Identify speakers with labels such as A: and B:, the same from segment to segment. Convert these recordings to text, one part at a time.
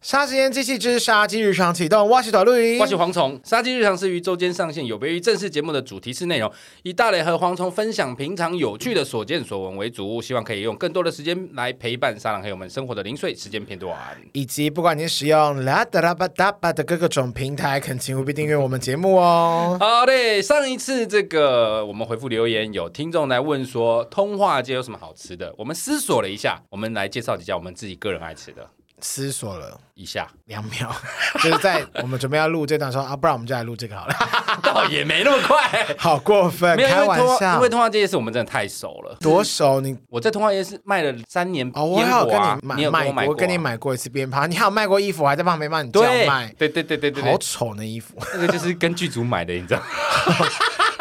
A: 杀时间机器之杀机日常启动，挖起短录音，
B: 我是蝗虫，杀鸡日常是于周间上线，有别于正式节目的主题式内容，以大磊和蝗虫分享平常有趣的所见所闻为主，希望可以用更多的时间来陪伴沙狼黑友们生活的零碎时间片段。
A: 以及不管你使用啦哒啦吧哒吧的各个种平台，恳请务必订阅我们节目哦。
B: 好嘞，上一次这个我们回复留言，有听众来问说通化街有什么好吃的，我们思索了一下，我们来介绍几家我们自己个人爱吃的。
A: 思索了
B: 一下
A: 两秒，就是在我们准备要录这段时候啊，不然我们就来录这个好了。
B: 倒也没那么快，
A: 好过分，
B: 没有因
A: 开
B: 为
A: 玩
B: 通化，
A: 笑
B: 因为，通化街夜市我们真的太熟了。
A: 多熟你
B: 我在通化夜市卖了三年
A: 哦，我
B: 烟
A: 还有
B: 火
A: 跟
B: 啊，
A: 你
B: 有跟
A: 买
B: 我买
A: 买，
B: 过
A: 我
B: 啊
A: 跟你买过一次鞭炮，你还有卖过衣服，我还在旁边帮你叫
B: 对
A: 卖，
B: 对对对对对
A: 好
B: 对，
A: 丑那衣服。
B: 那个就是跟剧组买的，你知道？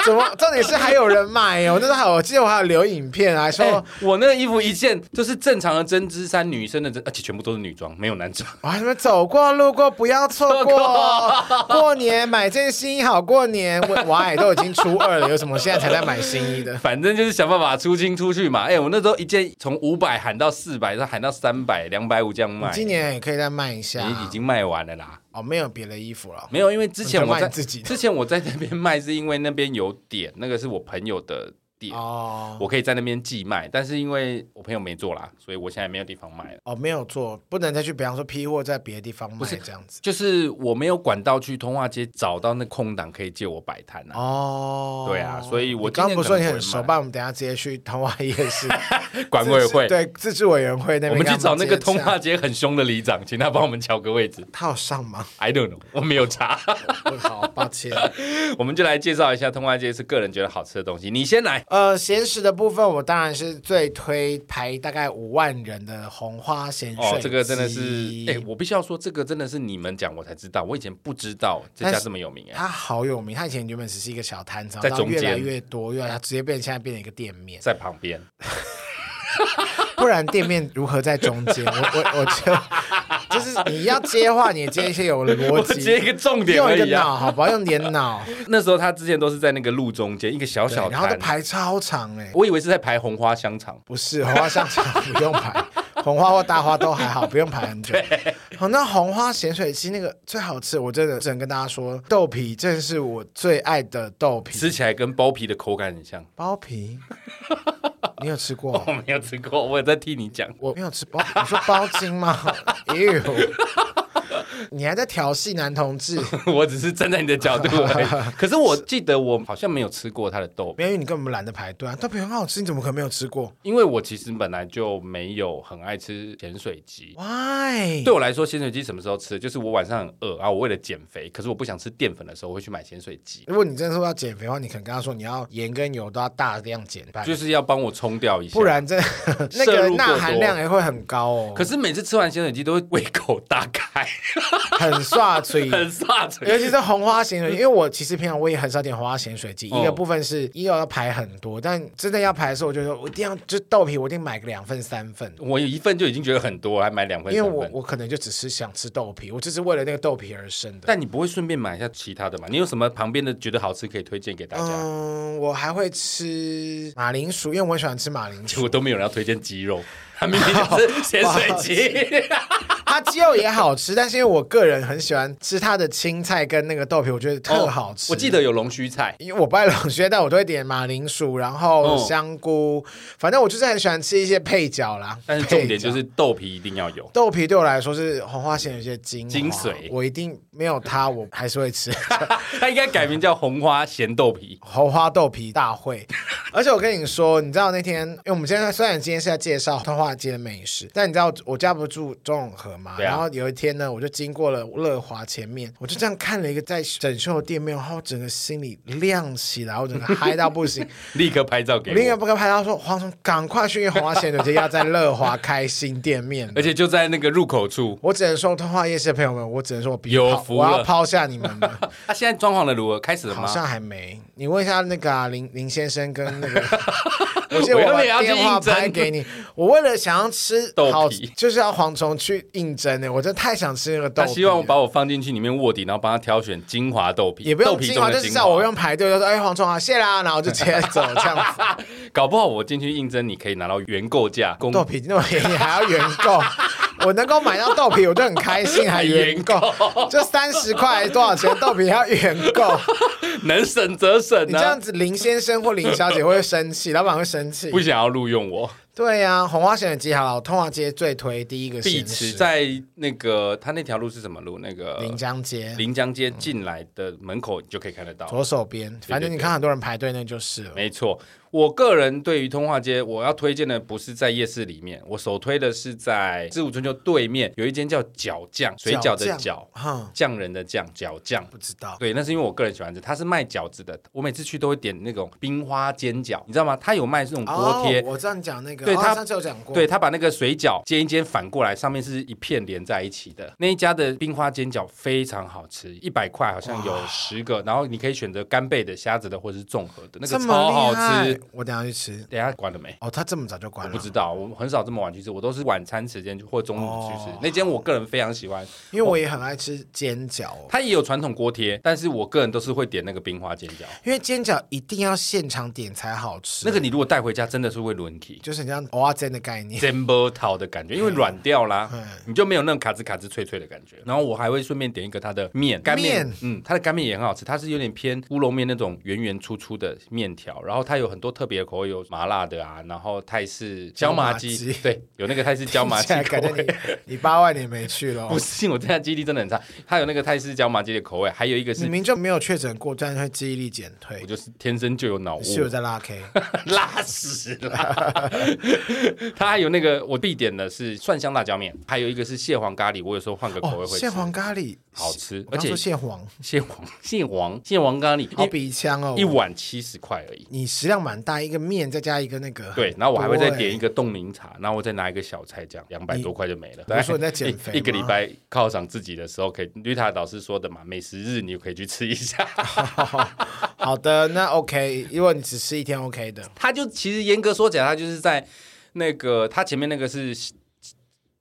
A: 怎么？重点是还有人买哦，那时候还有我记得我还有留影片啊，还说、
B: 哎我那个衣服一件就是正常的针织衫，女生的针，而且全部都是女装，没有男装。
A: 啊，你们走过路过不要错过，哦过年买件新衣好过年。我哇，也都已经初二了，有什么现在才在买新衣的？
B: 反正就是想办法出清出去嘛。哎、我那时候一件从五百喊到四百，再喊到三百、两百五这样卖。
A: 今年也啊可以再卖一下。
B: 也已经卖完了啦，
A: 哦，没有别的衣服了。
B: 没有，因为之前我
A: 你在卖
B: 在
A: 你自己的
B: 之前我在那边卖，是因为那边有点，那个是我朋友的店，
A: 哦
B: 我可以在那边寄卖，但是因为我朋友没做啦，所以我现在没有地方卖了。
A: 哦，没有做，不能再去，比方说批货在别的地方卖
B: 是
A: 这样子。
B: 就是我没有管道去通化街找到那空档可以借我摆摊啊。
A: 哦，
B: 对啊所以我
A: 你刚刚
B: 今年
A: 不是说
B: 可
A: 你
B: 能
A: 很
B: 不会
A: 熟
B: 卖
A: 吧？不然我们等一下直接去通化夜 市
B: 管委会，
A: 对自治委员会那边，
B: 我们去找那个通化
A: 化，
B: 街很凶的里长，请他帮我们瞧个 位置。
A: 他有上吗？
B: I don't know，我没有查。
A: 我好抱歉。
B: 我们就来介绍一下通化街是个人觉得好吃的东西。你先来，
A: 呃，咸食的部分，我当然是最推排大概五万人的红花咸水
B: 哦
A: 鸡，
B: 这个真的是，哎、我必须要说，这个真的是你们讲我才知道，我以前不知道这家这么有名哎、
A: 它好有名。它以前原本只是一个小摊子，
B: 在
A: 然后
B: 中
A: 越
B: 间
A: 来越多，越来它直接变，现在变成一个店面。
B: 在旁边。
A: 不然店面如何在中间？我我我就就是你要接话，你也接一些有
B: 我
A: 逻
B: 接一
A: 辑，
B: 个重点
A: 用
B: 而
A: 一个
B: 已啊！
A: 脑，好不好？用点 脑，
B: 那时候他之前都是在那个路中间一个小
A: 对
B: 小
A: 然后都
B: 摊，
A: 排嗯超长哎、
B: 我以为是在排红花香肠。
A: 不是红花香肠不用 排，红花或大花都还好，不用排很久。好，那红花咸水鸡那个最好吃，我真的只能跟大家说，豆皮真是我最爱的豆
B: 吃
A: 皮。
B: 起来跟包皮的口感很像，
A: 包皮，你有吃过？
B: 我没有吃过，我也在替你讲。
A: 我没有吃包，你说包筋吗？哎呦，你还在调戏男同志？
B: 我只是站在你的角度 而已。可是我记得我好像没有吃过它的豆，
A: 没有，因为你根本懒得排队啊！豆皮很好吃，你怎么可能没有吃过
B: 因为我其实本来就没有很爱吃咸水鸡。
A: ？Why？
B: 对我来说，咸水鸡什么时候吃？就是我晚上很饿啊，我为了减肥，可是我不想吃淀粉的时候，我会去买咸水鸡，
A: 如果你真的说要减肥的话，你可能跟他说你要盐跟油都要大量减半，
B: 就是要帮我冲掉一下。
A: 不，然真的那
B: 摄
A: 个
B: 入过
A: 钠含
B: 多
A: 量也会很高哦，
B: 可是每次吃完咸水鸡都会胃口大开，
A: 很刷嘴。
B: 很煞嘴。
A: 尤其是红花咸水，因为我其实平常我也很少点红花咸水鸡，
B: 哦
A: 一个部分是一要要排很多，但真的要排的时候，我就说我一定要就豆皮，我一定买个两份三份，
B: 我有一份就已经觉得很多了，还买两份
A: 因为
B: 三
A: 我
B: 份。
A: 我可能就只是想吃豆皮，我就是为了那个豆皮而生的。
B: 但你不会顺便买一下其他的嘛？你有什么旁边的觉得好吃可以推荐给大家？
A: 嗯，我还会吃马铃薯，因为我很喜欢吃马铃
B: 结
A: 薯。
B: 果都没有人要推荐鸡 肉，他明明就是咸水鸡。
A: 它鸡肉也好吃，但是因为我个人很喜欢吃它的青菜跟那个豆皮，我觉得特好吃。
B: 我记得有龙须菜，
A: 因为我不爱冷血，但我都会点马铃薯，然后香菇，反正我就是很喜欢吃一些配角啦。
B: 嗯但是重点就
A: 配角
B: 是豆皮一定要有。
A: 豆皮对我来说是红花咸有些精华
B: 精髓
A: 我一定没有它，我还是会吃
B: 它应该改名叫红花咸豆皮。
A: 红花豆皮大会。而且我跟你说，你知道那天，因为我们现在虽然今天是在介绍通化街的美食，但你知道我家不是住中永和嘛？
B: 对啊
A: 然后有一天呢，我就经过了乐华前面，我就这样看了一个在整修的店面，然后整个心里亮起来，我整个嗨到不行。
B: 立刻拍照
A: 我另一
B: 给
A: 个
B: 我，
A: 不跟拍到说，黄总赶快去红花咸水街，要在乐华开新店面了
B: 而。且就在那个入口处。
A: 我只能说，通化夜市的朋友们，我只能说我必须
B: 有
A: 抛
B: 福
A: 我
B: 了
A: 要抛下你们 了。
B: 它、啊现在装潢的如何？开始了
A: 好
B: 吗？
A: 像还没，你问一下那个、啊、林林先生跟那个， 我记得我
B: 我有
A: 把
B: 点要去
A: 电话
B: 应征
A: 拍给你。我为了想要吃
B: 豆皮
A: 好，就是要蝗虫去应征欸的，我真的太想吃那个豆
B: 他
A: 皮了。啊
B: 希望我把我放进去里面卧底，然后帮他挑选精华豆皮，
A: 也不用
B: 豆皮
A: 精
B: 中
A: 华，
B: 的
A: 就是
B: 精
A: 叫我不用排队，就说哎蝗虫啊，谢啦，然后我就直接走这样子。
B: 搞不好我进去应征，你可以拿到原购价。公
A: 豆皮那么便宜还要原购，我能够买到豆皮，我就很开心，还原购，就三十块多少钱豆皮还要原 购，
B: 能省则省
A: 你这
B: 啊
A: 样！子林先生或林小姐会生气，老板会生气。
B: 不想要录用我，
A: 对呀、红花咸水鸡好了，我通化街最推第一个
B: 碧
A: 咸
B: 池
A: 食，
B: 在呃那个他那条路是什么路？那个
A: 临江街
B: 临江街进来的门口，你就可以看得到。
A: 左手边，反正你看很多人排队，那就是了。
B: 没错，我个人对于通化街，我要推荐的不是在夜市里面，我首推的是在知五春秋对面有一间叫饺酱，水饺的饺，
A: 哼，
B: 匠人的匠，饺酱。
A: 不知道。
B: 对，那是因为我个人喜欢吃，它是卖饺子的。我每次去都会点那种冰花煎饺，你知道吗？它有卖这种锅贴，
A: 哦，我知道你讲那个，
B: 对
A: 哦
B: 他
A: 上次有讲过，
B: 对，他把那个水饺煎一煎反过来，上面是一片连在一起的。那一家的冰花煎饺非常好吃，一百块好像有十个，然后你可以选择干贝的、虾子的或者是综合的，那
A: 这
B: 个
A: 么
B: 超好
A: 厉害
B: 吃。，
A: 我等一下去吃。
B: 等一下关了没？
A: 哦，他这么早就
B: 我
A: 关
B: 不
A: 了
B: 知，道，我很少这么晚去吃，我都是晚餐时间或中午去吃。
A: 哦
B: 那间我个人非常喜欢，
A: 因为我也很爱吃煎饺哦、
B: 它也有传统锅贴，但是我个人都是会点那个冰花煎饺。
A: 因为煎饺一定要现场点才好吃。
B: 那个你如果带回家，真的是会轮起。
A: 就是很像蚵仔煎的概念，
B: 煎波桃的感觉，因为软掉啦
A: 嗯，
B: 你就没有那种卡吱卡吱脆脆的感觉。然后我还会顺便点一个它的面干面
A: 面，
B: 嗯，它的干面也很好吃，它是有点偏乌龙面那种圆圆粗粗的面条，然后它有很多特别的口味，有麻辣的啊，然后泰式椒麻
A: 椒麻
B: 鸡
A: 鸡，
B: 对，有那个泰式椒麻鸡
A: 现在感
B: 口
A: 觉
B: 味。
A: 你你八万年没去了
B: 不，信 我，这家记忆力真的很差。它有那个泰式椒麻鸡的口味，还有一个
A: 你
B: 是
A: 明明就没有确诊过，但是会记忆力减
B: 我
A: 退，
B: 就是天生就有脑雾，
A: 是有在拉 K，
B: 拉屎啦！ 它还有那个我必点的是蒜香辣椒面，还有一个是蟹黄咖喱，我有时候换个口味
A: 哦，
B: 会吃
A: 蟹黄咖喱
B: 好吃，
A: 我
B: 而
A: 刚
B: 且
A: 说蟹黄，
B: 蟹黄蟹黄蟹黄咖喱
A: 好
B: 一
A: 鼻腔哦，
B: 一碗七十块而已。
A: 你食量蛮大，一个面再加一个那个，欸
B: 对，然后我还会再点一
A: 个。
B: 个冻柠茶，然后我再拿一个小菜，这样两百
A: 你
B: 多块就没了。
A: 不是说你在减
B: 一
A: 肥吗
B: 一个礼拜犒赏自己的时候，可以绿塔老师说的嘛，美食日你可以去吃一下。
A: 好的，那 OK，如果你只吃一天 OK 的，
B: 它就其实严格说起来，它就是在那个它前面那个是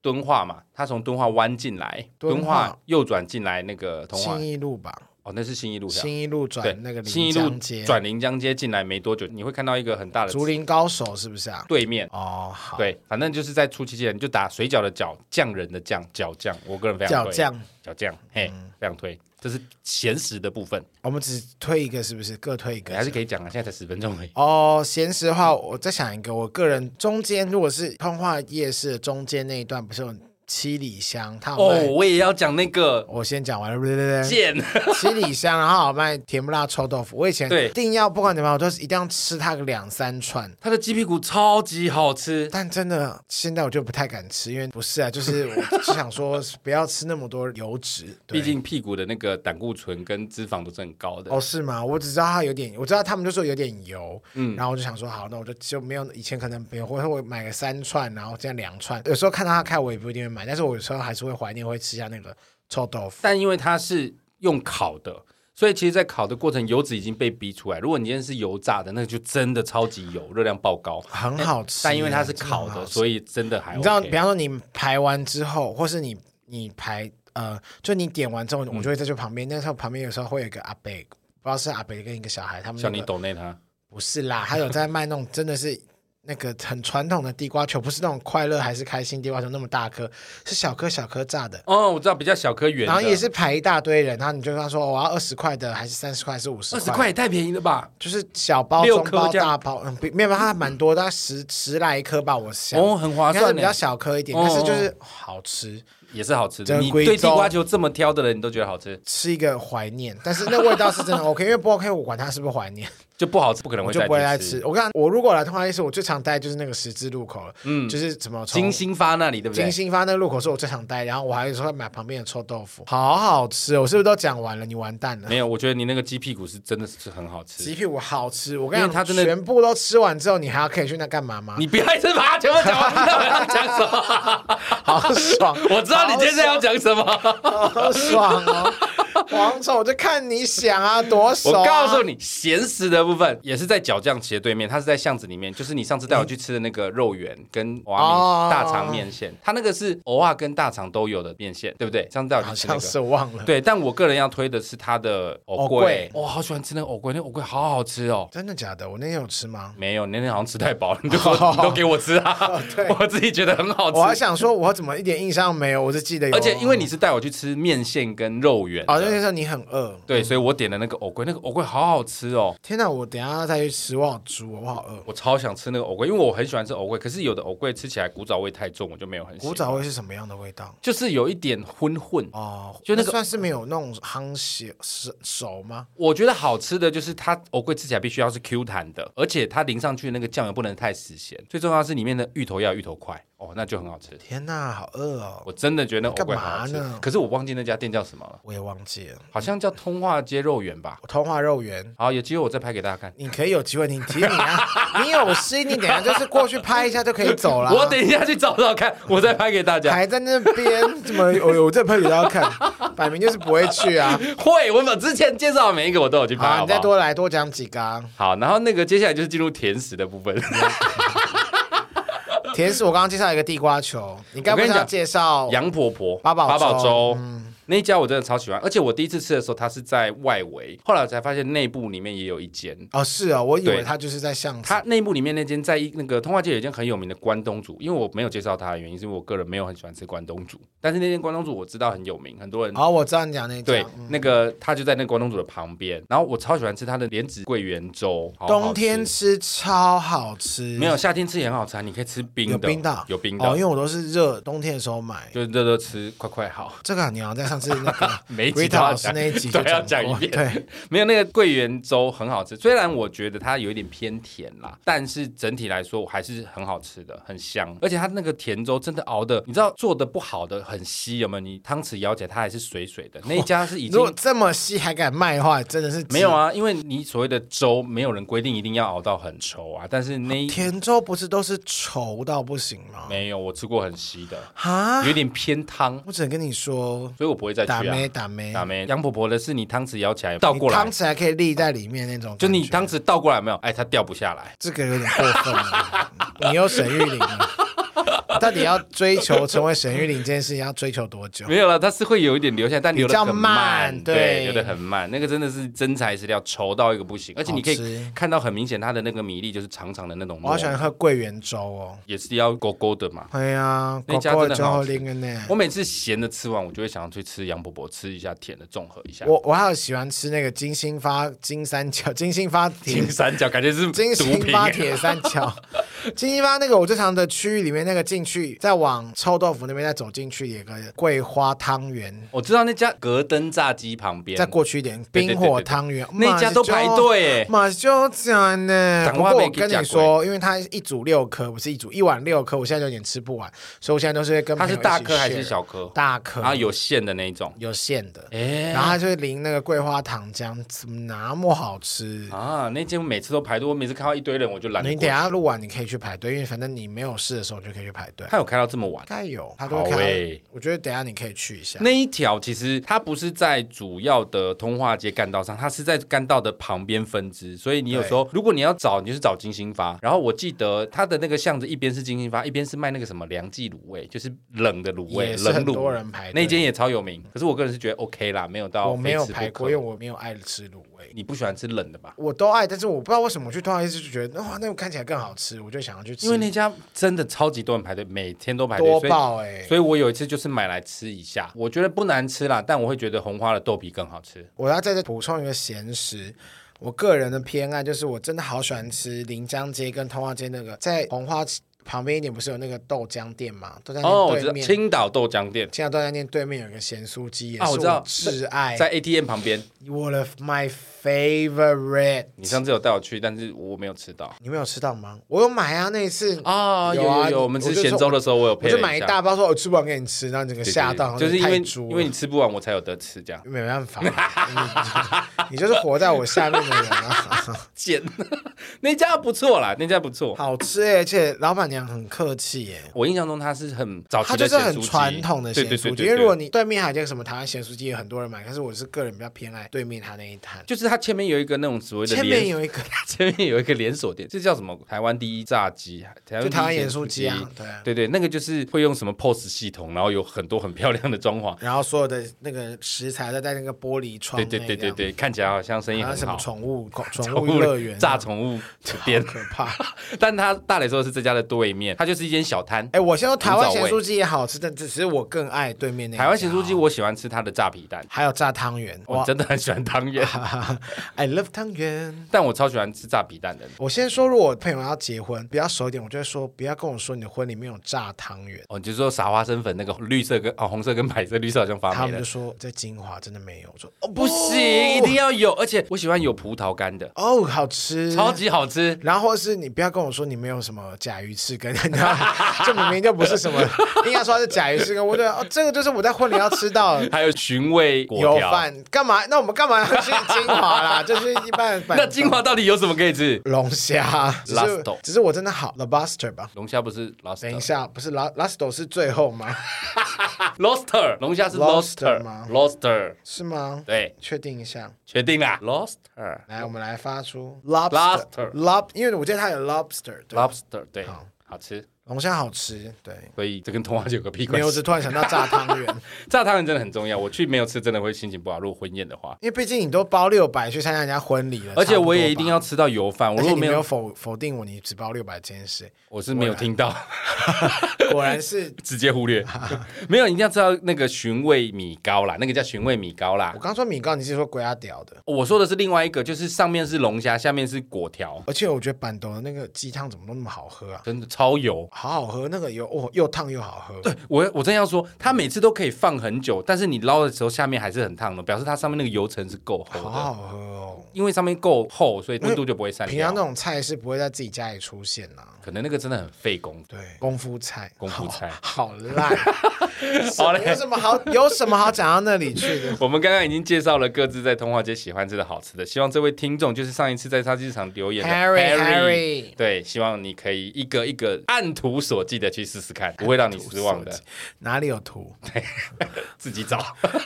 B: 敦化嘛，它从敦化弯进来，
A: 敦化
B: 敦化右转进来那个通化
A: 新，一路吧，
B: 哦，那是新一路上。
A: 新一路
B: 对
A: 转那个，
B: 新
A: 临
B: 一路
A: 江街，
B: 转临江街进来没多久，你会看到一个很大的
A: 竹林高手是不是啊？
B: 对面，
A: 哦，好，，
B: 对，反正就是在初期前你就打水饺的饺，匠人的匠，饺匠，我个人非常
A: 饺
B: 推，
A: 酱，嗯
B: 饺酱，嘿，非常推，这是咸食的部分，
A: 我们只推一个是不是？各推一
B: 你
A: 个
B: 还是可以讲啊，现在才十分钟而已。
A: 哦，闲时的话，我再想一个，我个人中间如果是通化夜市的中间那一段，不是有七里香，它有
B: 哦
A: 卖，，
B: 我也要讲那个
A: 我先讲完了，
B: 贱，
A: 七里香，然后有卖甜不辣臭豆腐，我以前
B: 对
A: 一定要不管怎么样，我都是一定要吃它个两三串。
B: 它的鸡屁股超级好吃，
A: 但真的，现在我就不太敢吃，因为不是啊，就是我只想说不要吃那么多油脂。对
B: 毕竟屁股的那个胆固醇跟脂肪都是很高的。
A: 哦，是吗？我只知道它有点，我知道他们就说有点油，嗯，然后我就想说，好，那我就就没有以前可能没有，或者我买个三串，然后这样两串。有时候看到它开，我也不一定会买，但是我有时候还是会怀念，会吃一下那个臭豆腐。
B: 但因为它是用烤的，所以其实，在烤的过程，油脂已经被逼出来。如果你今天是油炸的，那就真的超级油，热量爆 高。
A: 很好吃
B: 哎但因为它是啊烤
A: 真的很
B: 的，
A: 好吃
B: 所以真的还、OK、
A: 你知道，比方说你排完之后，或是你你排呃，就你点完之后，
B: 嗯
A: 我就会在这旁边，但是旁边有时候会有一个阿伯，不知道是阿伯跟一个小孩，他们、那
B: 像
A: 个、
B: 你懂那它，
A: 不是啦，他有在卖那种真的是那个很传统的地瓜球，不是那种快乐还是开心地瓜球那么大颗，是小颗小颗炸的。
B: 哦，我知道比较小颗圆的，
A: 然后也是排一大堆人，然后你就跟他说、哦我要二十块的，还是三十块，还是五十
B: 二
A: 块？
B: 十 块，也太便宜了吧？
A: 就是小包、
B: 六
A: 中
B: 颗
A: 包、
B: 这样
A: 大包，嗯，比没有它还蛮多，大概十十来颗吧，我想。
B: 哦，很划
A: 应该是
B: 算
A: 比
B: 呢
A: 较，小颗一点，
B: 哦
A: 但是就是好吃，
B: 也是好吃的。
A: 真
B: 你
A: 贵
B: 对地
A: 州
B: 瓜球这么挑的人，你都觉得好吃，
A: 吃一个怀念。但是那味道是真的 OK，因为不 OK 我管它是不是怀念，
B: 就不好吃，不可能
A: 我
B: 会
A: 就
B: 再
A: 不会
B: 去
A: 再
B: 吃
A: 吃。。我看我如果来通化夜市，我最常待就是那个十字路口了，嗯，就是什么从
B: 金星发那里对不对
A: 金？星发那个路口是我最常待，然后我还有时候会买旁边的臭豆腐，好好吃、哦。我是不是都讲完了？你完蛋了
B: 没。有，我觉得你那个鸡屁股是真的是很好吃
A: 鸡。屁股好吃，我跟
B: 因
A: 你
B: 为
A: 讲，
B: 它真的
A: 全部都吃完之后，你还要可以去那干嘛吗？
B: 你不要一直把它全部讲完，你知道我要讲什么？！
A: 好爽啊
B: 我知道你今天要讲什么。
A: 好爽哦。蝗虫，我就看你想啊，多熟、啊。
B: 我告诉你，咸食的部分也是在角酱旗的对面，它是在巷子里面，就是你上次带我去吃的那个肉圆跟娃
A: 哦
B: 米大肠面线，它那个是偶尔跟大肠都有的面线，对不对？上次带我
A: 好
B: 去吃那
A: 像
B: 个。
A: 是忘了，
B: 对，但我个人要推的是它的藕
A: 藕
B: 桂
A: 桂，
B: 我、好喜欢吃那个藕桂，那个藕桂好好吃哦。
A: 真的假的？我那天有吃吗？
B: 没有，你那天好像吃太饱了，你 就说、你都给我吃啊， 我自己觉得很好吃。
A: 哦我还想说，我怎么一点印象没有？我只记得有，
B: 而且因为你是带我去吃面线跟肉圆的，
A: 哦，那时候你很饿。
B: 对，所以我点了那个藕桂，那个藕桂好好吃哦，
A: 天哪，我等一下再去吃，我好猪，我好饿。
B: 我超想吃那个藕桂，因为我很喜欢吃藕桂，可是有的藕桂吃起来古早味太重，我就没有很喜欢
A: 古早味是什么样的味道？
B: 就是有一点昏混。
A: 哦，
B: 就那个
A: 算是没有那种夯血熟熟吗？
B: 我觉得好吃的就是它藕桂吃起来必须要是 Q 弹的，而且它淋上去的那个酱油不能太死咸，最重要是里面的芋头要有芋头块哦，那就很好吃。
A: 天哪，好饿哦！
B: 我真的觉得那藕桂好好吃
A: 干嘛呢，
B: 可是我忘记那家店叫什么了，
A: 我也忘记了，
B: 好像叫通化街肉圆吧。
A: 我通话肉圆。
B: 好，有机会我再拍给大家看。
A: 你可以有机会，你提你啊，你有心，你等一下就是过去拍一下就可以走了。啊
B: 我等一下去找找看，我再拍给大家。
A: 还在那边，怎么我我这朋友要看，摆明就是不会去啊！
B: 会，我们之前介绍的每一个我都有去
A: 好
B: 拍，
A: 啊，
B: 好
A: 你
B: 不
A: 再
B: 好？
A: 多来多讲几个、啊。
B: 好，然后那个接下来就是进入甜食的部分。
A: 甜食我刚刚介绍一个地瓜球，你该不
B: 我
A: 是
B: 跟你
A: 要
B: 讲
A: 介绍
B: 杨婆婆
A: 哦八宝
B: 八宝
A: 粥嗯
B: 粥、那一家我真的超喜欢，而且我第一次吃的时候它是在外围，后来我才发现内部里面也有一间。
A: 哦，是哦，我以为
B: 对
A: 他就是在巷子
B: 它。内部里面那间在一那个通化街有一间很有名的关东煮，因为我没有介绍它的原因，是因为我个人没有很喜欢吃关东煮，但是那间关东煮我知道很有名，很多人
A: 哦，嗯我知道你讲那一家
B: 对，那个它就在那个关东煮的旁边，然后我超喜欢吃它的莲子桂圆粥，好好吃
A: 冬天吃超好吃，
B: 没有夏天吃也很好吃啊，你可以吃冰的，
A: 有冰的，
B: 有冰的，
A: 哦，因为我都是热冬天的时候买。
B: 就热热吃，快快好。
A: 这个你好像在上次那 个
B: 每一集
A: Rita
B: 都要
A: 老师
B: 哎讲
A: 那一集
B: 都
A: 就
B: 要
A: 讲
B: 讲
A: 过
B: 一遍
A: 对，
B: 没有那个桂圆粥很好吃，虽然我觉得它有一点偏甜啦，但是整体来说我还是很好吃的，很香。而且它那个甜粥真的熬的，你知道做的不好的很稀，有没有？你汤匙舀起来它还是水水的。那一家是已
A: 如果
B: 经。
A: 这么稀还敢卖的话，真的是
B: 没有。啊，因为你所谓的粥，没有人规定一定要熬到很稠啊。但是那一
A: 甜粥不是都是稠到不行吗？
B: 没有，我吃过很稀的，
A: 啊，
B: 有点偏汤，
A: 我只能跟你说，
B: 所以我不会再去
A: 打
B: 啊。
A: 咩打咩，
B: 打没？杨婆婆的是你汤匙舀起来倒过
A: 你
B: 来
A: 汤，匙还可以立在里面那种感觉，
B: 就你汤匙倒过来有没有？哎，它掉不下来。
A: 这个有点过分 了，你又沈玉玲了，到底要追求成为沈玉玲这件事情要追求多久？
B: 没有了，它是会有一点留下来，但流的
A: 比较
B: 很
A: 慢
B: 对，
A: 对
B: 流的很慢。那个真的是真材实料，稠到一个不行，而且你可
A: 好
B: 以
A: 吃
B: 看到很明显它的那个米粒就是长长的那种
A: 我
B: 糯
A: 好喜欢喝桂圆粥哦，
B: 也是要勾勾的嘛。
A: 哎呀，
B: 那
A: 狗
B: 家
A: 狗
B: 真的
A: 粥
B: 很好
A: 好
B: 吃
A: 拎个呢。
B: 我每次咸的吃完，我就会想要去吃杨婆婆吃一下甜的，综合一下。
A: 我我还有喜欢吃那个金星发金三角，金星发铁
B: 金三角感觉是
A: 金
B: 毒
A: 星
B: 品
A: 发铁三角， 金星发那个我最常的区域里面那个进去，再往臭豆腐那边再走进去，有个桂花汤圆，
B: 我知道那家格登炸鸡旁边
A: 再过去一点
B: 对对对
A: 冰火汤圆，
B: 那家都排队耶，
A: 马就讲呢，
B: 讲
A: 不
B: 话
A: 过
B: 没
A: 我
B: 给
A: 跟
B: 讲
A: 你说，因为它一组六颗，不是一组一碗六颗，我现在有点吃不完，所以我现在都是会跟
B: 它
A: 朋
B: 是
A: 友
B: 大
A: 一起
B: 颗还是
A: share？
B: 小颗？
A: 大颗，
B: 然后有馅的那一种。
A: 有馅的，
B: 哎
A: 然后它就会淋那个桂花糖浆，怎么那么好吃？
B: 啊，那间每次都排队，我每次看到一堆人我就懒得
A: 你
B: 过
A: 等一
B: 去。
A: 下录完你可以去排队，因为反正你没有事的时候你就可以去排队。
B: 他有开到这么
A: 应。
B: 晚
A: 该有，他都
B: 好
A: 看到
B: 欸。
A: 我觉得等一下你可以去一下。
B: 那一条其实它不是在主要的通化街干道上，它是在干道的旁边分支，所以你有时候如果你要找，你就是找金星发。然后我记得它的那个巷子一边是金星发，一边是卖那个什么凉记卤味，就是冷的卤味，
A: 也是
B: 冷
A: 很多
B: 卤。
A: 人排队
B: 那间也超有名，可是我个人是觉得 OK 啦，没有到
A: 我没有
B: 非吃不
A: 排
B: 可
A: 过，因为我没有爱吃卤味，
B: 你不喜欢吃冷的吧？
A: 我都爱，但是我不知道为什么我去通常一次就觉得哇，那个看起来更好吃，我就想要去吃。
B: 因为那家真的超级多人排队，每天都排队，
A: 多
B: 所以
A: 爆哎、
B: 所以我有一次就是买来吃一下，我觉得不难吃啦，但我会觉得红花的豆皮更好吃。
A: 我要在这补充一个咸食。我个人的偏爱就是，我真的好喜欢吃临江街跟通化街那个，在红花旁边一点不是有那个豆浆店嘛？豆浆
B: 哦，我
A: 店
B: 知道
A: 对面，
B: 青岛豆浆店
A: 青岛豆浆店对面有一个咸酥鸡，也
B: 啊
A: 是
B: 我知道
A: 挚爱，
B: 在 ATM 旁边。
A: 我的 my favorite。
B: 你上次有带我去，但是我没有吃到
A: 你没有吃到吗？我有买啊，那一次
B: 啊。有
A: 有啊
B: 有，我们吃咸粥的时候，我有
A: 我
B: 配了
A: 就
B: 下
A: 买一大包，说我哦吃不完给你吃，然后你整个
B: 对对对
A: 吓到，
B: 就是因为
A: 太猪了
B: 因为你吃不完，我才有得吃这样。
A: 没办法，你 你就是活在我下面的人啊。
B: 贱，那家不错啦，那家不错。
A: 好吃欸、而且老板娘很客气欸耶。
B: 我印象中哦他是很早期
A: 它
B: 的
A: 就是
B: 咸酥
A: 很
B: 鸡
A: 传统的咸
B: 对对
A: 酥鸡，
B: 对对，
A: 因为如果
B: 对
A: 你对面还有一间什么台湾咸酥鸡，也很多人买，但是我是个人比较偏爱对面他那一摊。
B: 就是它前面有一个那种所谓的
A: 前
B: 连
A: 面有一个
B: 前面有一个连锁店，这叫什么？台湾第一炸鸡，台湾
A: 就台湾
B: 第一
A: 盐
B: 咸
A: 酥鸡啊，对啊。
B: 对对，那个就是会用什么 POS 系统，然后有很多很漂亮的装潢。
A: 然后所有的那个食材都在那个玻璃窗
B: 对
A: 内这
B: 对
A: 样，
B: 对对对，看起来好像生意
A: 还有
B: 很
A: 什么
B: 好。
A: 宠 物宠物乐园啊
B: 炸
A: 这样
B: 宠物 店，
A: 可怕。
B: 但他大磊说的是这家的对面，它就是一间小摊。
A: 哎，我先说台 湾
B: 古早
A: 咸
B: 味
A: 酥鸡也好吃，但只是我更爱对面那一
B: 台湾
A: 家
B: 咸酥鸡，
A: 哦，
B: 我喜欢吃它的炸皮蛋，
A: 还有炸汤圆，
B: 我
A: 哇
B: 真的很喜欢汤 圆，
A: ，I love 汤圆。
B: 但我超喜欢吃炸皮蛋的。
A: 我先说，如果我朋友要结婚，比较熟一点，我就会说，不要跟我说你的婚礼没有炸汤圆。
B: 哦，你就说撒花生粉那个绿色跟哦红色跟白色，绿色好像发
A: 他
B: 霉
A: 们
B: 了
A: 就，说在金华真的没有，我说哦
B: 不行，一定要有，而且我喜欢有葡萄干的，
A: 哦，好吃，
B: 超。级好吃。
A: 然后或是你不要跟我说你没有什么甲鱼翅根， 你知道吗这明明就不是什么， 应该说它是甲鱼翅根。我觉得哦，这个就是我在婚礼要吃到 的
B: 还有寻味果
A: 有
B: 条，
A: 饭，干嘛？那我们干嘛要去金华啦？就是一般的饭
B: 那金华到底有什么可以吃？
A: 龙虾，只是
B: Lusto
A: 只是我真的好 lobster 吧。
B: 龙虾不是
A: 等
B: lobster
A: 一下，不是 lo lobster 是最后吗？
B: lobster，龙啊虾是
A: Lobster
B: lobster
A: 吗
B: lobster，
A: 是吗？
B: 对，
A: 确定一下。
B: 确定啦，lobster
A: 来，我们来发出 lobster
B: Lobster
A: lob，因为我记得它有 lobster，对
B: lobster 对
A: 好，
B: 好吃。
A: 龙虾好吃，对。
B: 所以这跟童话就有个屁
A: 没
B: 关
A: 有，我
B: 系
A: 只。突 然想到炸汤圆，
B: 炸汤圆真的很重要，我去没有吃真的会心情不好。如果婚宴 的话，
A: 因为毕竟你都包六百去参加人家婚礼了，
B: 而且
A: 差不多
B: 我也一
A: 吧
B: 定要。吃到油饭。我
A: 而
B: 如
A: 且
B: 果
A: 你没
B: 没
A: 有
B: 有，
A: 否否定我，你只包六百这件事，
B: 我是没有听到，
A: 果然是
B: 直接 忽略。没有，一定要吃到那个寻味米糕啦，那个叫寻味米糕啦
A: 我。刚说米糕，你是说鬼阿屌的，
B: 我说的是另外一个，就是上面是龙虾，下面是果条，
A: 而且我觉得板豆的那个鸡汤怎么都那么好喝啊，
B: 真的超油。
A: 好好喝，那个油哦又烫又好喝，
B: 对我，我真要说，它每次都可以放很久，但是你捞的时候下面还是很烫的，表示它上面那个油层是够厚
A: 好
B: 的，
A: 好喝哦。
B: 因为上面够厚，所以温度就不会散
A: 平常那
B: 掉。
A: 种菜是不会在自己家里出现呐、
B: 可能那个真的很费工。
A: 对，功夫菜，
B: 功夫菜
A: 好好烂，有
B: 好嘞，
A: 什么好有什么好讲到那里去的？
B: 我们刚刚已经介绍了各自在通化街喜欢吃的好吃的，希望这位听众就是上一次在超级市场留言的
A: Harry Harry
B: 对，希望你可以一个一个按图索骥的去试试看，不会让你失望的，
A: 哪里有图？
B: 自己找。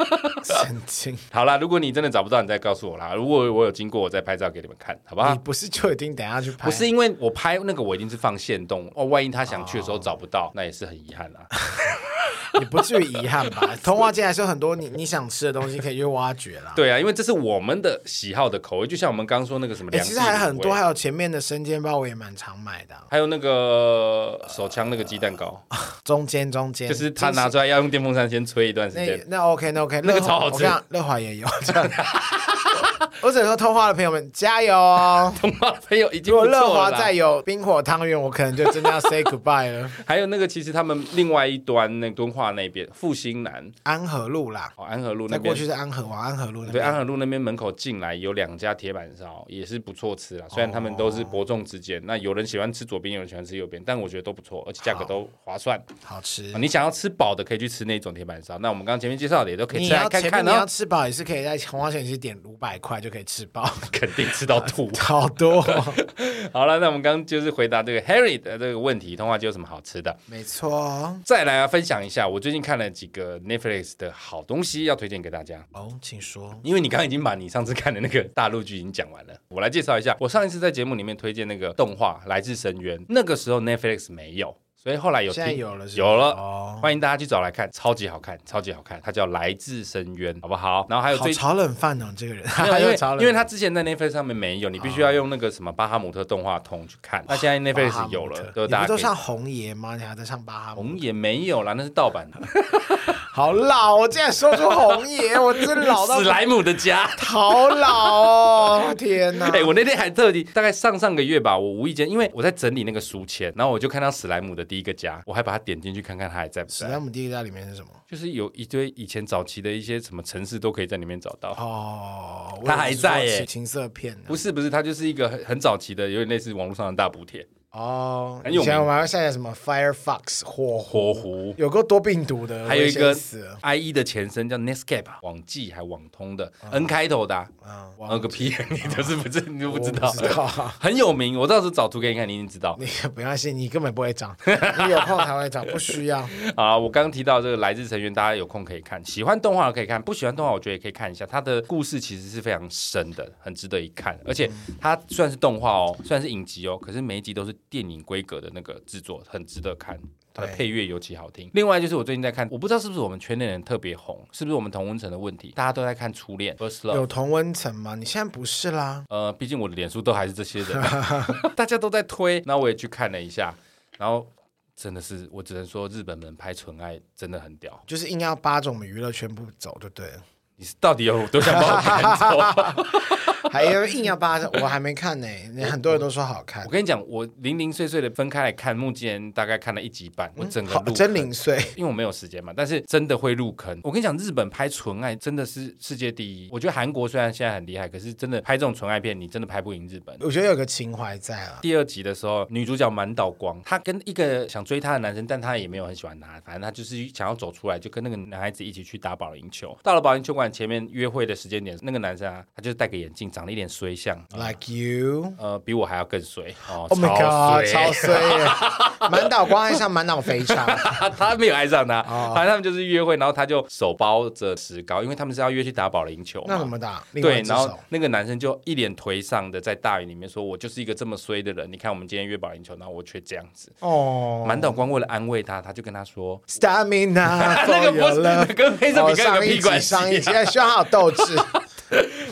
A: 神经！
B: 好啦，如果你真的找不到，你再告诉我啦。如果我有经过，我再拍照给你们看，好不好
A: 你？不是就一定等下去拍？
B: 不是因为我拍那个，我一定是放线动哦。万一他想去的时候找不
A: 嗯
B: 到，那也是很遗憾啊啦。
A: 也不至于遗憾吧？童话界还是有很多你你想吃的东西可以去挖掘啦。
B: 对啊，因为这是我们的喜好的口味，就像我们刚刚说那个什么
A: 诶，
B: 凉、
A: 哎其实还很多，还，有前面的生煎包我也蛮常买的啊、
B: 还有那个手枪那个鸡蛋糕，
A: 中间中间
B: 就是他拿出来要用电风扇先吹一段时
A: 那
B: 间。
A: 那 OK 那 OK，
B: 那个
A: 乐华
B: 超好
A: 我
B: 吃
A: 跟你讲乐华也有 这样。我只能说，通话的朋友们加油 哦！
B: 童话的朋友已经
A: 如
B: 不
A: 果
B: 错了
A: 乐华
B: 啦。
A: 再有冰火汤圆，我可能就真的要 say goodbye 了。
B: 还有那个，其实他们另外一端那个敦化那边复兴南
A: 安和路啦，
B: 哦安和路
A: 再
B: 那
A: 过
B: 边。
A: 去是安和往安和路那
B: 对，安
A: 边。
B: 和路那边门口进来有两家铁板烧，也是不错吃啦。虽然他们都是
A: 哦
B: 伯仲之间，那有人喜欢吃左边，有人喜欢吃右边，但我觉得都不错，而且价格都划算。
A: 好吃
B: 啊。你想要吃饱的，可以去吃那种铁板烧。那我们刚刚前面介绍的也都可以
A: 你
B: 吃来
A: 要
B: 看
A: 前面
B: 看
A: 你要
B: 哦，
A: 吃饱也是可以在红花县去点五百块就可以吃饱，
B: 肯定吃到吐。
A: 好多哦、
B: 好了，那我们刚刚就是回答这个 Harry 的这个问题，通话就有什么好吃的？
A: 没错。
B: 再来啊，分享一下我最近看了几个 Netflix 的好东西，要推荐给大家。
A: 哦，请说。
B: 因为你刚刚已经把你上次看的那个大陆剧已经讲完了，我来介绍一下。我上一次在节目里面推荐那个动画《来自深渊》，那个时候 Netflix 没有，所以后来有
A: 现在
B: 听。
A: 有了是吧，
B: 有了
A: 哦，
B: 欢迎大家去找来看，超级好看，超级好看，它叫《来自深渊》，好不好？然后还有
A: 好
B: 最
A: 炒冷饭哦，你这个人，
B: 没有因
A: 又
B: 为
A: 炒冷
B: 因为它之前在 Netflix 上面没有，你必须要用那个什么巴哈姆特动画通去看。那现在
A: 哦巴哈
B: Netflix
A: 姆
B: 有
A: 特
B: 了，
A: 你
B: 对
A: 不
B: 大家
A: 都
B: 可以
A: 上。红爷吗？你还在上巴哈姆特？
B: 红也没有啦，那是盗 版的，
A: 好老，我竟然说出红爷，我真老 到
B: 史莱姆的家。
A: 好老哦！天哪，
B: 哎、我那天还特地大概上上个月吧，我无意间因为我在整理那个书签，然后我就看到史莱姆的第一个家，我还把它点进去看看它还在不
A: 史
B: 在
A: 莱。姆第一代里面是什么？
B: 就是有一堆以前早期的一些什么城市都可以在里面找到。
A: 哦，
B: 他还在耶
A: 情色片呢
B: 不是不是，它就是一个很很早期的，有点类似网络上的大补贴。
A: 哦，
B: 很
A: 以
B: 有名
A: 前我们还会下载什么 Firefox 火
B: 火狐，
A: 有够多病毒的，
B: 还有一
A: 我以
B: 个
A: 前死了
B: IE 的前身叫 Netscape，啊网际还网通的 N 开头的啊，
A: 啊，
B: 然后个屁， 你就是不知你都
A: 我
B: 不知道
A: 不，知道，
B: 很有名，我到时候找图给你看，你一定知道。
A: 你不要信，你根本不会 长，你有空才会长，不需要。
B: 啊，我刚刚提到这个《来自深渊》，大家有空可以看，喜欢动画的可以看，不喜欢动画我觉得也可以看一下。它的故事其实是非常深的，很值得一看。而且它虽然是动画哦，虽然是影集哦，可是每一集都是电影规格的那个制作，很值得看。它的
A: 对
B: 配乐尤其好听。另外就是我最近在看，我不知道是不是我们圈内人特别红，是不是我们同温层的问题，大家都在看初恋 （first love）。
A: 有同温层吗？你现在不是啦，
B: 呃，毕竟我的脸书都还是这些人，啊 大家都在推，那我也去看了一下，然后真的是，我只能说日本人拍纯爱真的很屌。
A: 就是硬要扒着我们娱乐圈不走，就对了，
B: 你是到底有多想把我赶走？
A: 还有硬要扒着，我还没看呢、很多人都说好看
B: 我，跟你讲，我零零碎碎的分开来看，目前大概看了一集半，我整个
A: 嗯好
B: 入
A: 真
B: 坑
A: 零碎，
B: 因为我没有时间嘛，但是真的会入坑。我跟你讲，日本拍纯爱真的是世界第一。我觉得韩国虽然现在很厉害，可是真的拍这种纯爱片，你真的拍不赢日本。
A: 我觉得有个情怀在啊。
B: 第二集的时候，女主角满岛光，她跟一个想追她的男生，但她也没有很喜欢他，反正她就是想要走出来，就跟那个男孩子一起去打保龄球。到了保龄球馆前面约会的时间点，那个男生啊，他就是戴个眼镜，长了一点衰相，
A: Like you,
B: 呃，比我还要更衰哦
A: oh my god，超
B: 超 衰。
A: 衰耶！ 满岛光爱上满脑肥肠，
B: 他他没有爱上他，
A: 哦
B: 反正他们就是约会，然后他就手包着石膏，因为他们是要约去打保龄球
A: 那怎
B: 嘛。
A: 么打？另外
B: 对，
A: 一只
B: 然后
A: 手，
B: 那个男生就一脸颓丧的在大雨里面说：“我就是一个这么衰的人，你看我们今天约保龄球，然后我却这样子。”
A: 哦
B: 满岛光为了安慰他，他就跟他说
A: ，Stamina
B: 那
A: for
B: 个不
A: your
B: 是
A: love。
B: 跟黑色
A: 哦
B: 饼干有
A: 上
B: 个
A: 一
B: 屁
A: 集，
B: 关系啊、
A: 上一集，哎希望他有斗志。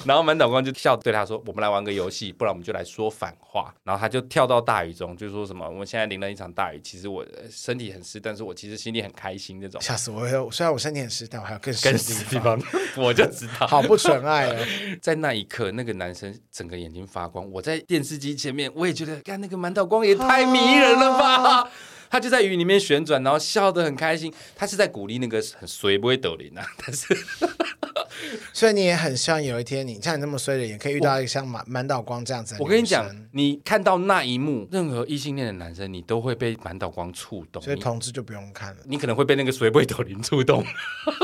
B: 然后满岛光就笑对他说：“我们来玩个游戏，不然我们就来说反话。”然后他就跳到大雨中，就说什么：“我们现在淋了一场大雨，其实我呃身体很湿，但是我其实心里很开心。”这种
A: 吓死我了！虽然我身体很湿，但我还有更湿
B: 跟
A: 的
B: 死
A: 地
B: 地
A: 方，
B: 方， 我就知道。
A: 好不纯爱哦。
B: 在那一刻，那个男生整个眼睛发光。我在电视机前面，我也觉得，看那个满岛光也太迷人了吧！ 他就在雨里面旋转，然后笑得很开心。他是在鼓励那个很随不会抖铃啊， 但是
A: 所以你也很希望有一天你，像你那么衰的人，也可以遇到一个像满满岛光这样子。
B: 我跟你讲，，你看到那一幕，任何异性恋的男生，你都会被满岛光触动。
A: 所以
B: 你
A: 同志就不用看了。
B: 你可能会被那个随会抖铃触动，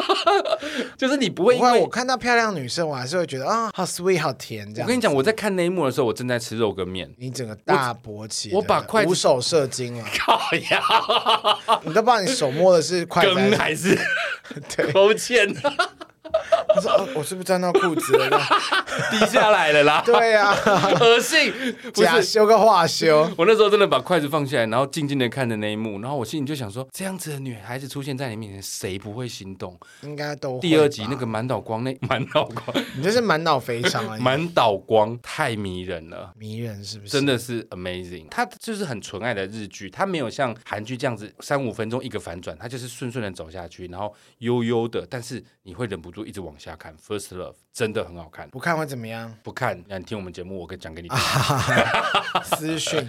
B: 就是你不
A: 不
B: 会因
A: 会，
B: 为
A: 我看到漂亮女生，我还是会觉得啊，好 sweet，好甜这
B: 我
A: 样。，
B: 跟你讲，我在看那一幕的时候，我正在吃肉羹面
A: 你整个大勃起的，
B: 我把筷子
A: 五手射精了，
B: 靠 呀，
A: 你都不知道你手摸的是筷子还
B: 羹
A: 是。
B: 还是
A: 对
B: 勾芡
A: 我说、呃我是不是沾到裤子了？，
B: 滴下来了啦
A: 对呀、啊，
B: 恶心，不
A: 假
B: 是。
A: 修个化修，
B: 我那时候真的把筷子放下来，然后静静的看着那一幕，然后我心里就想说，这样子的女孩子出现在你面前，谁不会心动？
A: 应该都会
B: 第二集
A: 吧
B: 那个满岛光，那满岛光，
A: 你这是满脑肥肠啊，你
B: 满岛光太迷人了。
A: 迷人是不是？
B: 真的是 amazing，它就是很纯爱的日剧，它没有像韩剧这样子三五分钟一个反转，它就是顺顺的走下去，然后悠悠的，但是你会忍不住一直往下看。First Love 真的很好看，
A: 不看会怎么样？
B: 不看那你听我们节目，我跟讲给你听。
A: 私讯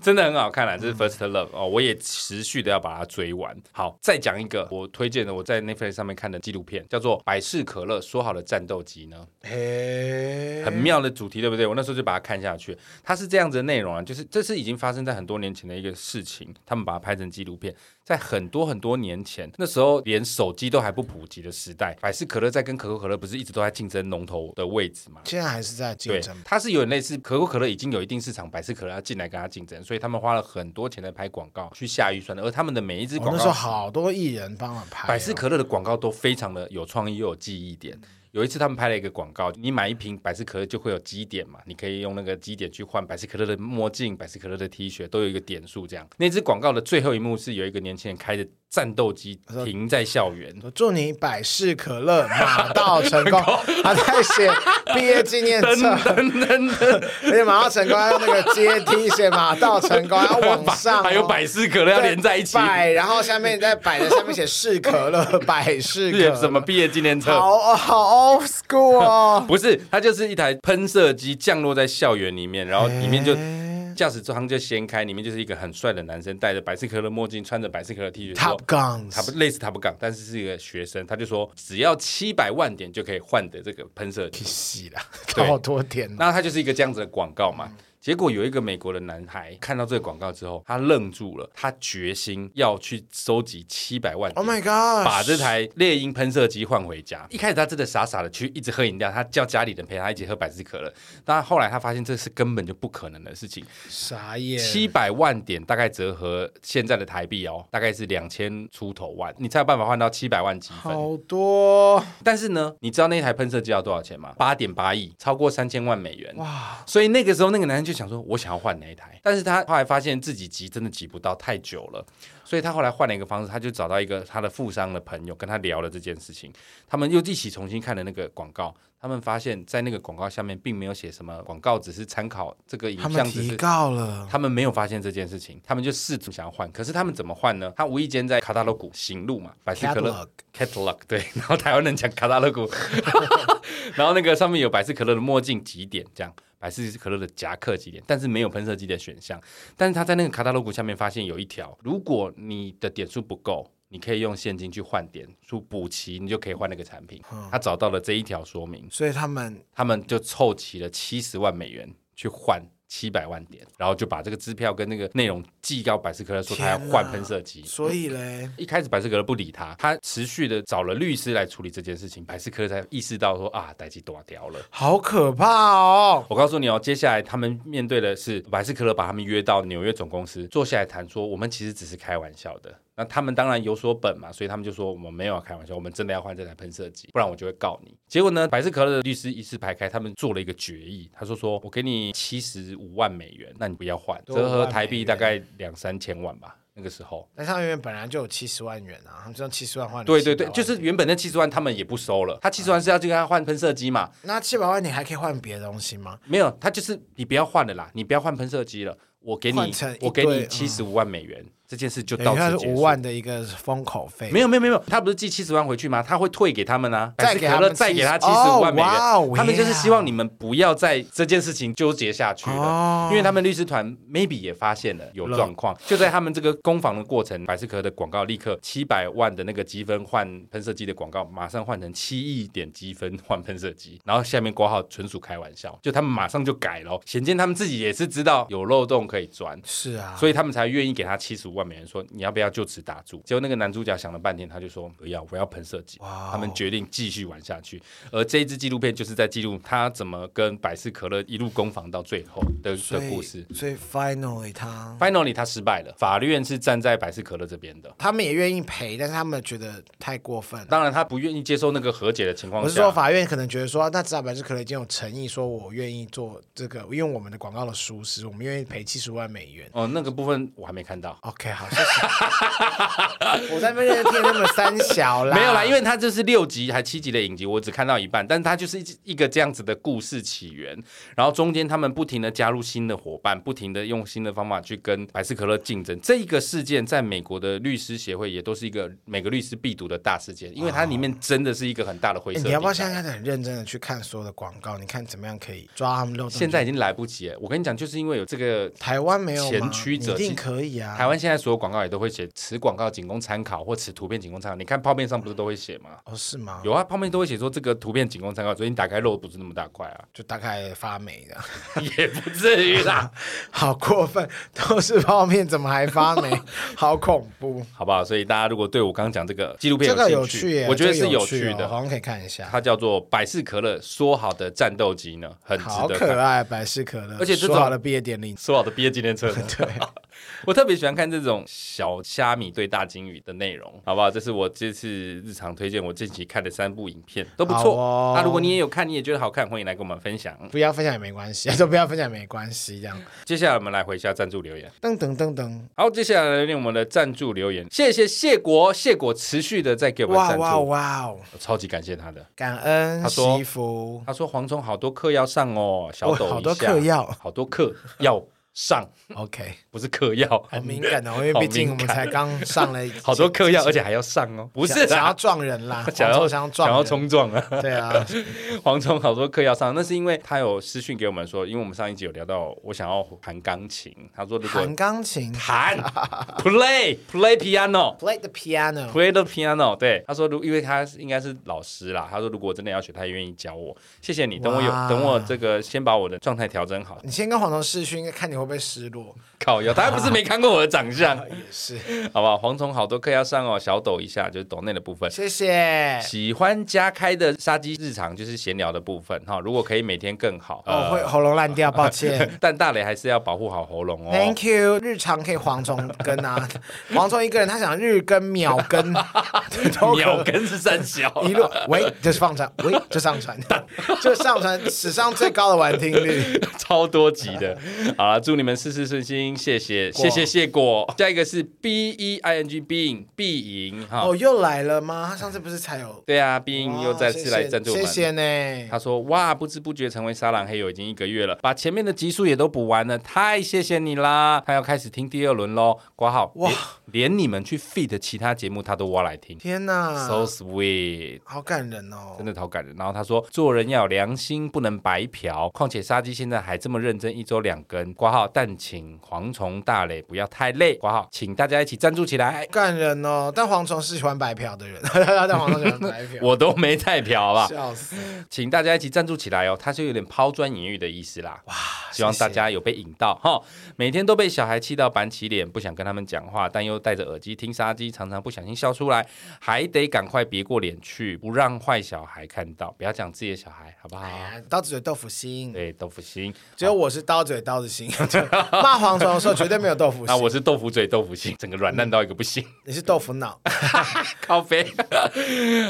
B: 真的很好看啦，这是 First Love 哦，我也持续的要把它追完。好，再讲一个我推荐的，我在 Netflix 上面看的纪录片，叫做《百事可乐说好的战斗机》呢，
A: 嘿，
B: 很妙的主题，对不对？我那时候就把它看下去，它是这样子的内容啊，就是这是已经发生在很多年前的一个事情，他们把它拍成纪录片，在很多很多年前，那时候连手机都还不普及的时代，百事可乐在跟可口可乐不是一直都在竞争龙头的位置嘛？
A: 现在还是在
B: 对
A: 竞争，
B: 它是有点类似可口可乐已经有一定市场，百事可乐要进来跟它竞争，所以他们花了很多钱来拍广告去下预算的，而他们的每一支
A: 我、
B: 广
A: 哦那时候
B: 告，
A: 好多艺人帮我拍、哦，
B: 百事可乐的广告都非常的有创意又有记忆点。有一次他们拍了一个广告，你买一瓶百事可乐就会有积点嘛，你可以用那个积点去换百事可乐的墨镜、百事可乐的 T 恤，都有一个点数这样。那支广告的最后一幕是有一个年轻人开着战斗机停在 校园，
A: 说祝你百事可乐马到成 功，他在写毕业纪念册，而且马到成 功要用那个阶梯写马到成功，要往上、哦，
B: 还有百事可乐要连在一起，
A: 百，然后下面在百的下面写是可 乐，百事可
B: 是
A: 乐
B: 什么毕业纪念册？
A: 好哦好 old school 哦，
B: 不是，它就是一台喷射机降落在校园里面，然后里面就。
A: 欸
B: 驾驶舱就掀开，里面就是一个很帅的男生，戴着百事可乐墨镜，穿着百事可乐 T 恤说
A: Top Guns，
B: 他不类似他不杠，但是是一个学生，他就说只要七百万点就可以换得这个喷射机。
A: 洗了，
B: 对
A: 好多天哦。
B: 那它就是一个这样子的广告嘛。结果有一个美国的男孩看到这个广告之后，他愣住了，他决心要去收集七百万
A: ，Oh my god，
B: 把这台猎鹰喷射机换回家。一开始他真的傻傻的去一直喝饮料，他叫家里人陪他一起喝百事可乐。但后来他发现这是根本就不可能的事情。
A: 傻眼，
B: 七百万点大概折合现在的台币哦，大概是两千出头万，你才有办法换到七百万积分。
A: 好多哦
B: 但是呢，你知道那一台喷射机要多少钱吗？八点八亿，超过三千万美元。
A: 哇！
B: 所以那个时候，那个男人就想说，我想要换哪一台，但是他后来发现自己急真的急不到，太久了，所以他后来换了一个方式，他就找到一个他的富商的朋友，跟他聊了这件事情，他们又一起重新看了那个广告，他们发现，在那个广告下面并没有写什么广告，只是参考这个影
A: 他们
B: 像，只
A: 提
B: 是。
A: 告了，
B: 他们没有发现这件事情，他们就试图想要换，可是他们怎么换呢？他无意间在卡达罗谷行路嘛，百事可乐 catalog 对， 然后台湾人讲卡达勒谷， 然后那个上面有百事可乐的墨镜几点这样。百事可乐的夹克几点，但是没有喷射机的选项。但是他在那个卡达罗谷下面发现有一条，如果你的点数不够，你可以用现金去换点数补齐，你就可以换那个产品。他找到了这一条说明，
A: 所以他们
B: 他们就凑齐了七十万美元去换七百万点，然后就把这个支票跟那个内容寄到百事可乐，说他要
A: 天哪
B: 换喷射机。
A: 所以嘞，
B: 一开始百事可乐不理他，他持续的找了律师来处理这件事情，百事可乐才意识到说啊，代际断掉了。
A: 好可怕哦！
B: 我告诉你哦，接下来他们面对的是百事可乐把他们约到纽约总公司坐下来谈说，我们其实只是开玩笑的。那他们当然有所本嘛，所以他们就说我们没有要啊开玩笑，我们真的要换这台喷射机，不然我就会告你。结果呢，百事可乐的律师一字排开，他们做了一个决议，他说说我给你七十五万美元，那你不要换，
A: 多五万
B: 折
A: 美元
B: 合台币大概两三千万吧，那个时候。
A: 但是他们原本本来就有七十万元啊，他们就用七十万换了
B: 对对
A: 700
B: 对，
A: 万
B: 就是原本那七十万他们也不收了，他七十万是要去跟他换喷射机嘛，
A: 那七百万，你还可以换别的东西吗？
B: 没有，他就是你不要换了啦，你不要换喷射机了，我给你
A: 换成一，堆
B: 我给你七十五万美元，这件事就
A: 等
B: 到
A: 于它
B: 此
A: 是
B: 结
A: 五
B: 束。
A: 万的一个封口费，
B: 没有没有没有，他不是寄七十万回去吗？他会退给他们啊，
A: 再
B: 百事
A: 给
B: 可
A: 他
B: 乐
A: 们
B: 再给他七
A: 70
B: 十五万美元，
A: 哦哇
B: 他们就是
A: 哇
B: 希望你们不要在这件事情纠结下去了，
A: 哦
B: 因为他们律师团 maybe 也发现了有状况，就在他们这个攻防的过程，百事可乐的广告立刻七百万的那个积分换喷射机的广告，马上换成七亿点积分换喷射机，然后下面挂号纯属开玩笑，就他们马上就改了哦，显见他们自己也是知道有漏洞可以钻，
A: 是啊，
B: 所以他们才愿意给他七十五万美元，说你要不要就此打住？结果那个男主角想了半天，他就说不要，我要喷射机。
A: 哇哦
B: 他们决定继续玩下去。而这一支纪录片就是在记录他怎么跟百事可乐一路攻防到最后的
A: 所
B: 的
A: 以
B: 故事。
A: 所以 finally 他
B: Finally，他失败了，法院是站在百事可乐这边的。
A: 他们也愿意赔，但是他们觉得太过分了。
B: 当然，他不愿意接受那个和解的情况
A: 我
B: 下，
A: 是说，法院可能觉得说，那至少百事可乐已经有诚意，说我愿意做这个，因为我们的广告的疏失，我们愿意赔七十万美元。
B: 哦，那个部分我还没看到。
A: OK，好，谢谢。 我在那边听那么三小啦，哎
B: 没有啦，因为它这是六集还七集的影集，我只看到一半，但是它就是一一个这样子的故事起源，然后中间他们不停的加入新的伙伴，不停的用新的方法去跟百事可乐竞争。这一个事件在美国的律师协会也都是一个每个律师必读的大事件，因为它里面真的是一个很大的灰
A: 诶
B: 色、
A: 你要不要现在？开始很认真的去看所有的广告？你看怎么样可以抓他们漏洞？
B: 现在已经来不及了，我跟你讲，就是因为有这个。
A: 台湾没有吗
B: 前驱者
A: 你一定可以啊。
B: 台湾现在所有广告也都会写此广告仅供参考或此图片仅供参考，你看泡面上不是都会写吗？
A: 哦是吗？
B: 有啊，泡面都会写说这个图片仅供参考，所以你打开肉不是那么大块啊。
A: 就大概发霉的，
B: 也不至于啦，
A: 好过分！都是泡面，怎么还发 霉？好恐怖！
B: 好不好？所以大家如果对我刚刚讲这个纪录片
A: 这个
B: 有
A: 有
B: 兴
A: 趣耶，
B: 我觉得
A: 这
B: 是
A: 个
B: 有
A: 有
B: 趣
A: 哦
B: 的。
A: 好像可以看一下。
B: 它叫做百事可乐说好的战斗机呢，很值
A: 好
B: 得
A: 可
B: 看。
A: 爱，百事可乐，
B: 而且这
A: 说
B: 种
A: 好的毕业典礼，
B: 说好的毕业纪念册呢，
A: 对，
B: 我特别喜欢看这种小虾米对大金鱼的内容，好不好？这是我这次日常推荐我近期看的三部影片，都不
A: 好
B: 错。
A: 哦
B: 那如果你也有看，你也觉得好看，欢迎来跟我们分享。
A: 不要分享也没关系，啊都不要分享也没关系，这样。
B: 接下来我们来回一下赞助留言。
A: 噔噔噔噔，
B: 好，接下来令我们的赞助留言，谢谢谢国，谢国持续的在给我们
A: 哇
B: 赞助，
A: 哇哇哦！
B: 我超级感谢他的。
A: 感恩
B: 他说
A: 惜福，
B: 他说蝗虫好多课要上哦，小
A: 哇
B: 抖一下，
A: 好多课要
B: 好多课要上，
A: OK，
B: 不是嗑药，
A: 好敏感哦，因为毕竟我们才刚上了
B: 好多嗑药，而且还要上哦，不是
A: 想想要
B: 啦，
A: 撞人啦，
B: 想
A: 黄
B: 要
A: 虫想要撞
B: 想
A: 人
B: 要冲撞啊。
A: 对 啊，
B: 蝗虫好多课要上，那是因为他有私讯给我们说，因为我们上一集有聊到我想要弹钢琴，他说如果
A: 弹钢琴
B: 弹 play play piano。
A: ，play the piano，
B: play the piano，对，他说如，因为他应该是老师啦，他说如果我真的要学，他也愿意教我。谢谢你，等我有
A: 哇
B: 等我这个先把我的状态调整好。
A: 你先跟黄虫试训，看你会不会失落。
B: 靠腰，他不是没看过我的长 相，
A: 也是，
B: 好不好？蝗虫好多课要上哦，小抖一下就是抖内的部 分。
A: 谢谢。
B: 喜欢加开的杀鸡日常就是闲聊的部分哈、如果可以每天更好。呃
A: 哦，会喉咙烂掉，抱歉。
B: 但大雷还是要保护好喉咙哦。
A: Thank you，日常可以蝗虫跟 啊，蝗虫一个人他想日更秒更， 都可以
B: 秒跟是三小，
A: 一路喂就是放传，喂就上传，就上传史上最高的完听率。
B: 超多集的。 好了，祝你们事事顺心，谢谢，
A: 果
B: 谢谢谢果。下一个是 B E I N G 必赢必赢哈，
A: 哦，又来了吗？他上次不是才有？
B: 对啊，必赢又
A: 哇
B: 再次来赞助我
A: 谢谢
B: 们。
A: 谢谢呢。
B: 他说：“哇，不知不觉成为沙朗黑友已经一个月了，把前面的集数也都补完了，太谢谢你啦！他要开始听第二轮喽，挂号
A: 哇
B: 连连你们去 feed 其他节目他都挖来听
A: 天哪
B: ，so sweet。”
A: 好感人哦
B: 真！的好感人。然后他说，做人要有良心，不能白嫖。况且杀鸡现在还这么认真，一周两根。挂号，但请蝗虫大雷不要太累。挂号，请大家一起赞助起来。
A: 感人哦，但蝗虫是喜欢白嫖的人， 但蝗虫喜欢白嫖，
B: 我都没太嫖，好不好？
A: 笑死！
B: 请大家一起赞助起来哦。他是有点抛砖引玉的意思啦。哇，希望大家有被引到哈。每天都被小孩气到板起脸，不想跟他们讲话，但又戴着耳机听杀鸡，常常不小心笑出来，还得赶快别过脸去，不让坏小孩看到。不要讲自己的小孩，好不好？
A: 哎呀，刀子嘴豆腐心，
B: 对，豆腐心。
A: 只有我是刀嘴刀子心。 就骂蝗虫的时候绝对没有豆腐
B: 啊，
A: 心，
B: 我是豆腐嘴豆腐心，整个软烂到一个不 行。
A: 你是豆腐 脑。
B: 咖啡，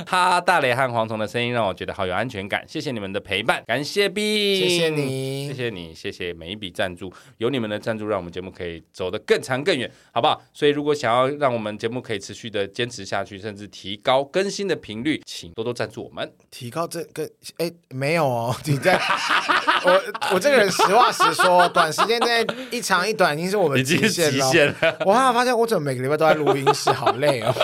B: 哈，大雷和蝗虫的声音让我觉得好有安全感。谢谢你们的陪伴，感谢 B，
A: 谢谢
B: 谢
A: 你，
B: 谢你，谢谢每一笔赞助，有你们的赞助，让我们节目可以走得更长更远，好不好？所以如果想要让我们节目可以持续的坚持下去，甚至提高更新的频率，请多多赞助我们。
A: 提高这个哎没有哦， 你在我我这个人实话实说，短时间内一长一短已经是我们
B: 已经
A: 极
B: 是
A: 限
B: 极
A: 了。
B: 限了。
A: 我后来发现我怎么每个礼拜都在录音室，好累哦。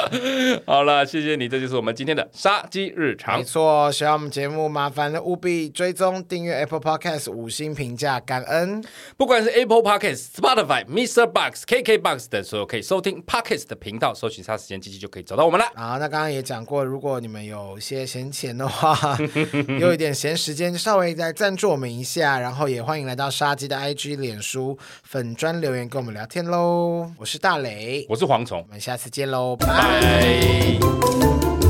B: 好了，谢谢你，这就是我们今天的杀鸡日常
A: 没。错，喜欢我们节目，麻烦了务必追踪订阅 Apple Podcast 五星评价，感恩。
B: 不管是 Apple Podcast、Spotify、Mr. Box、KK Box 等所有可以收听 Podcast 的频道，搜寻“杀时间机器”就可以找到我们了。
A: 好，啊那刚刚也讲过，如果你们有一些闲钱的话，有一点闲时间，稍微来赞助我们一下，然后也欢迎来到杀鸡的 IG、脸书粉砖留言跟我们聊天喽。我是大雷，
B: 我是蝗虫
A: 我，们下次见喽，拜。
B: 拜。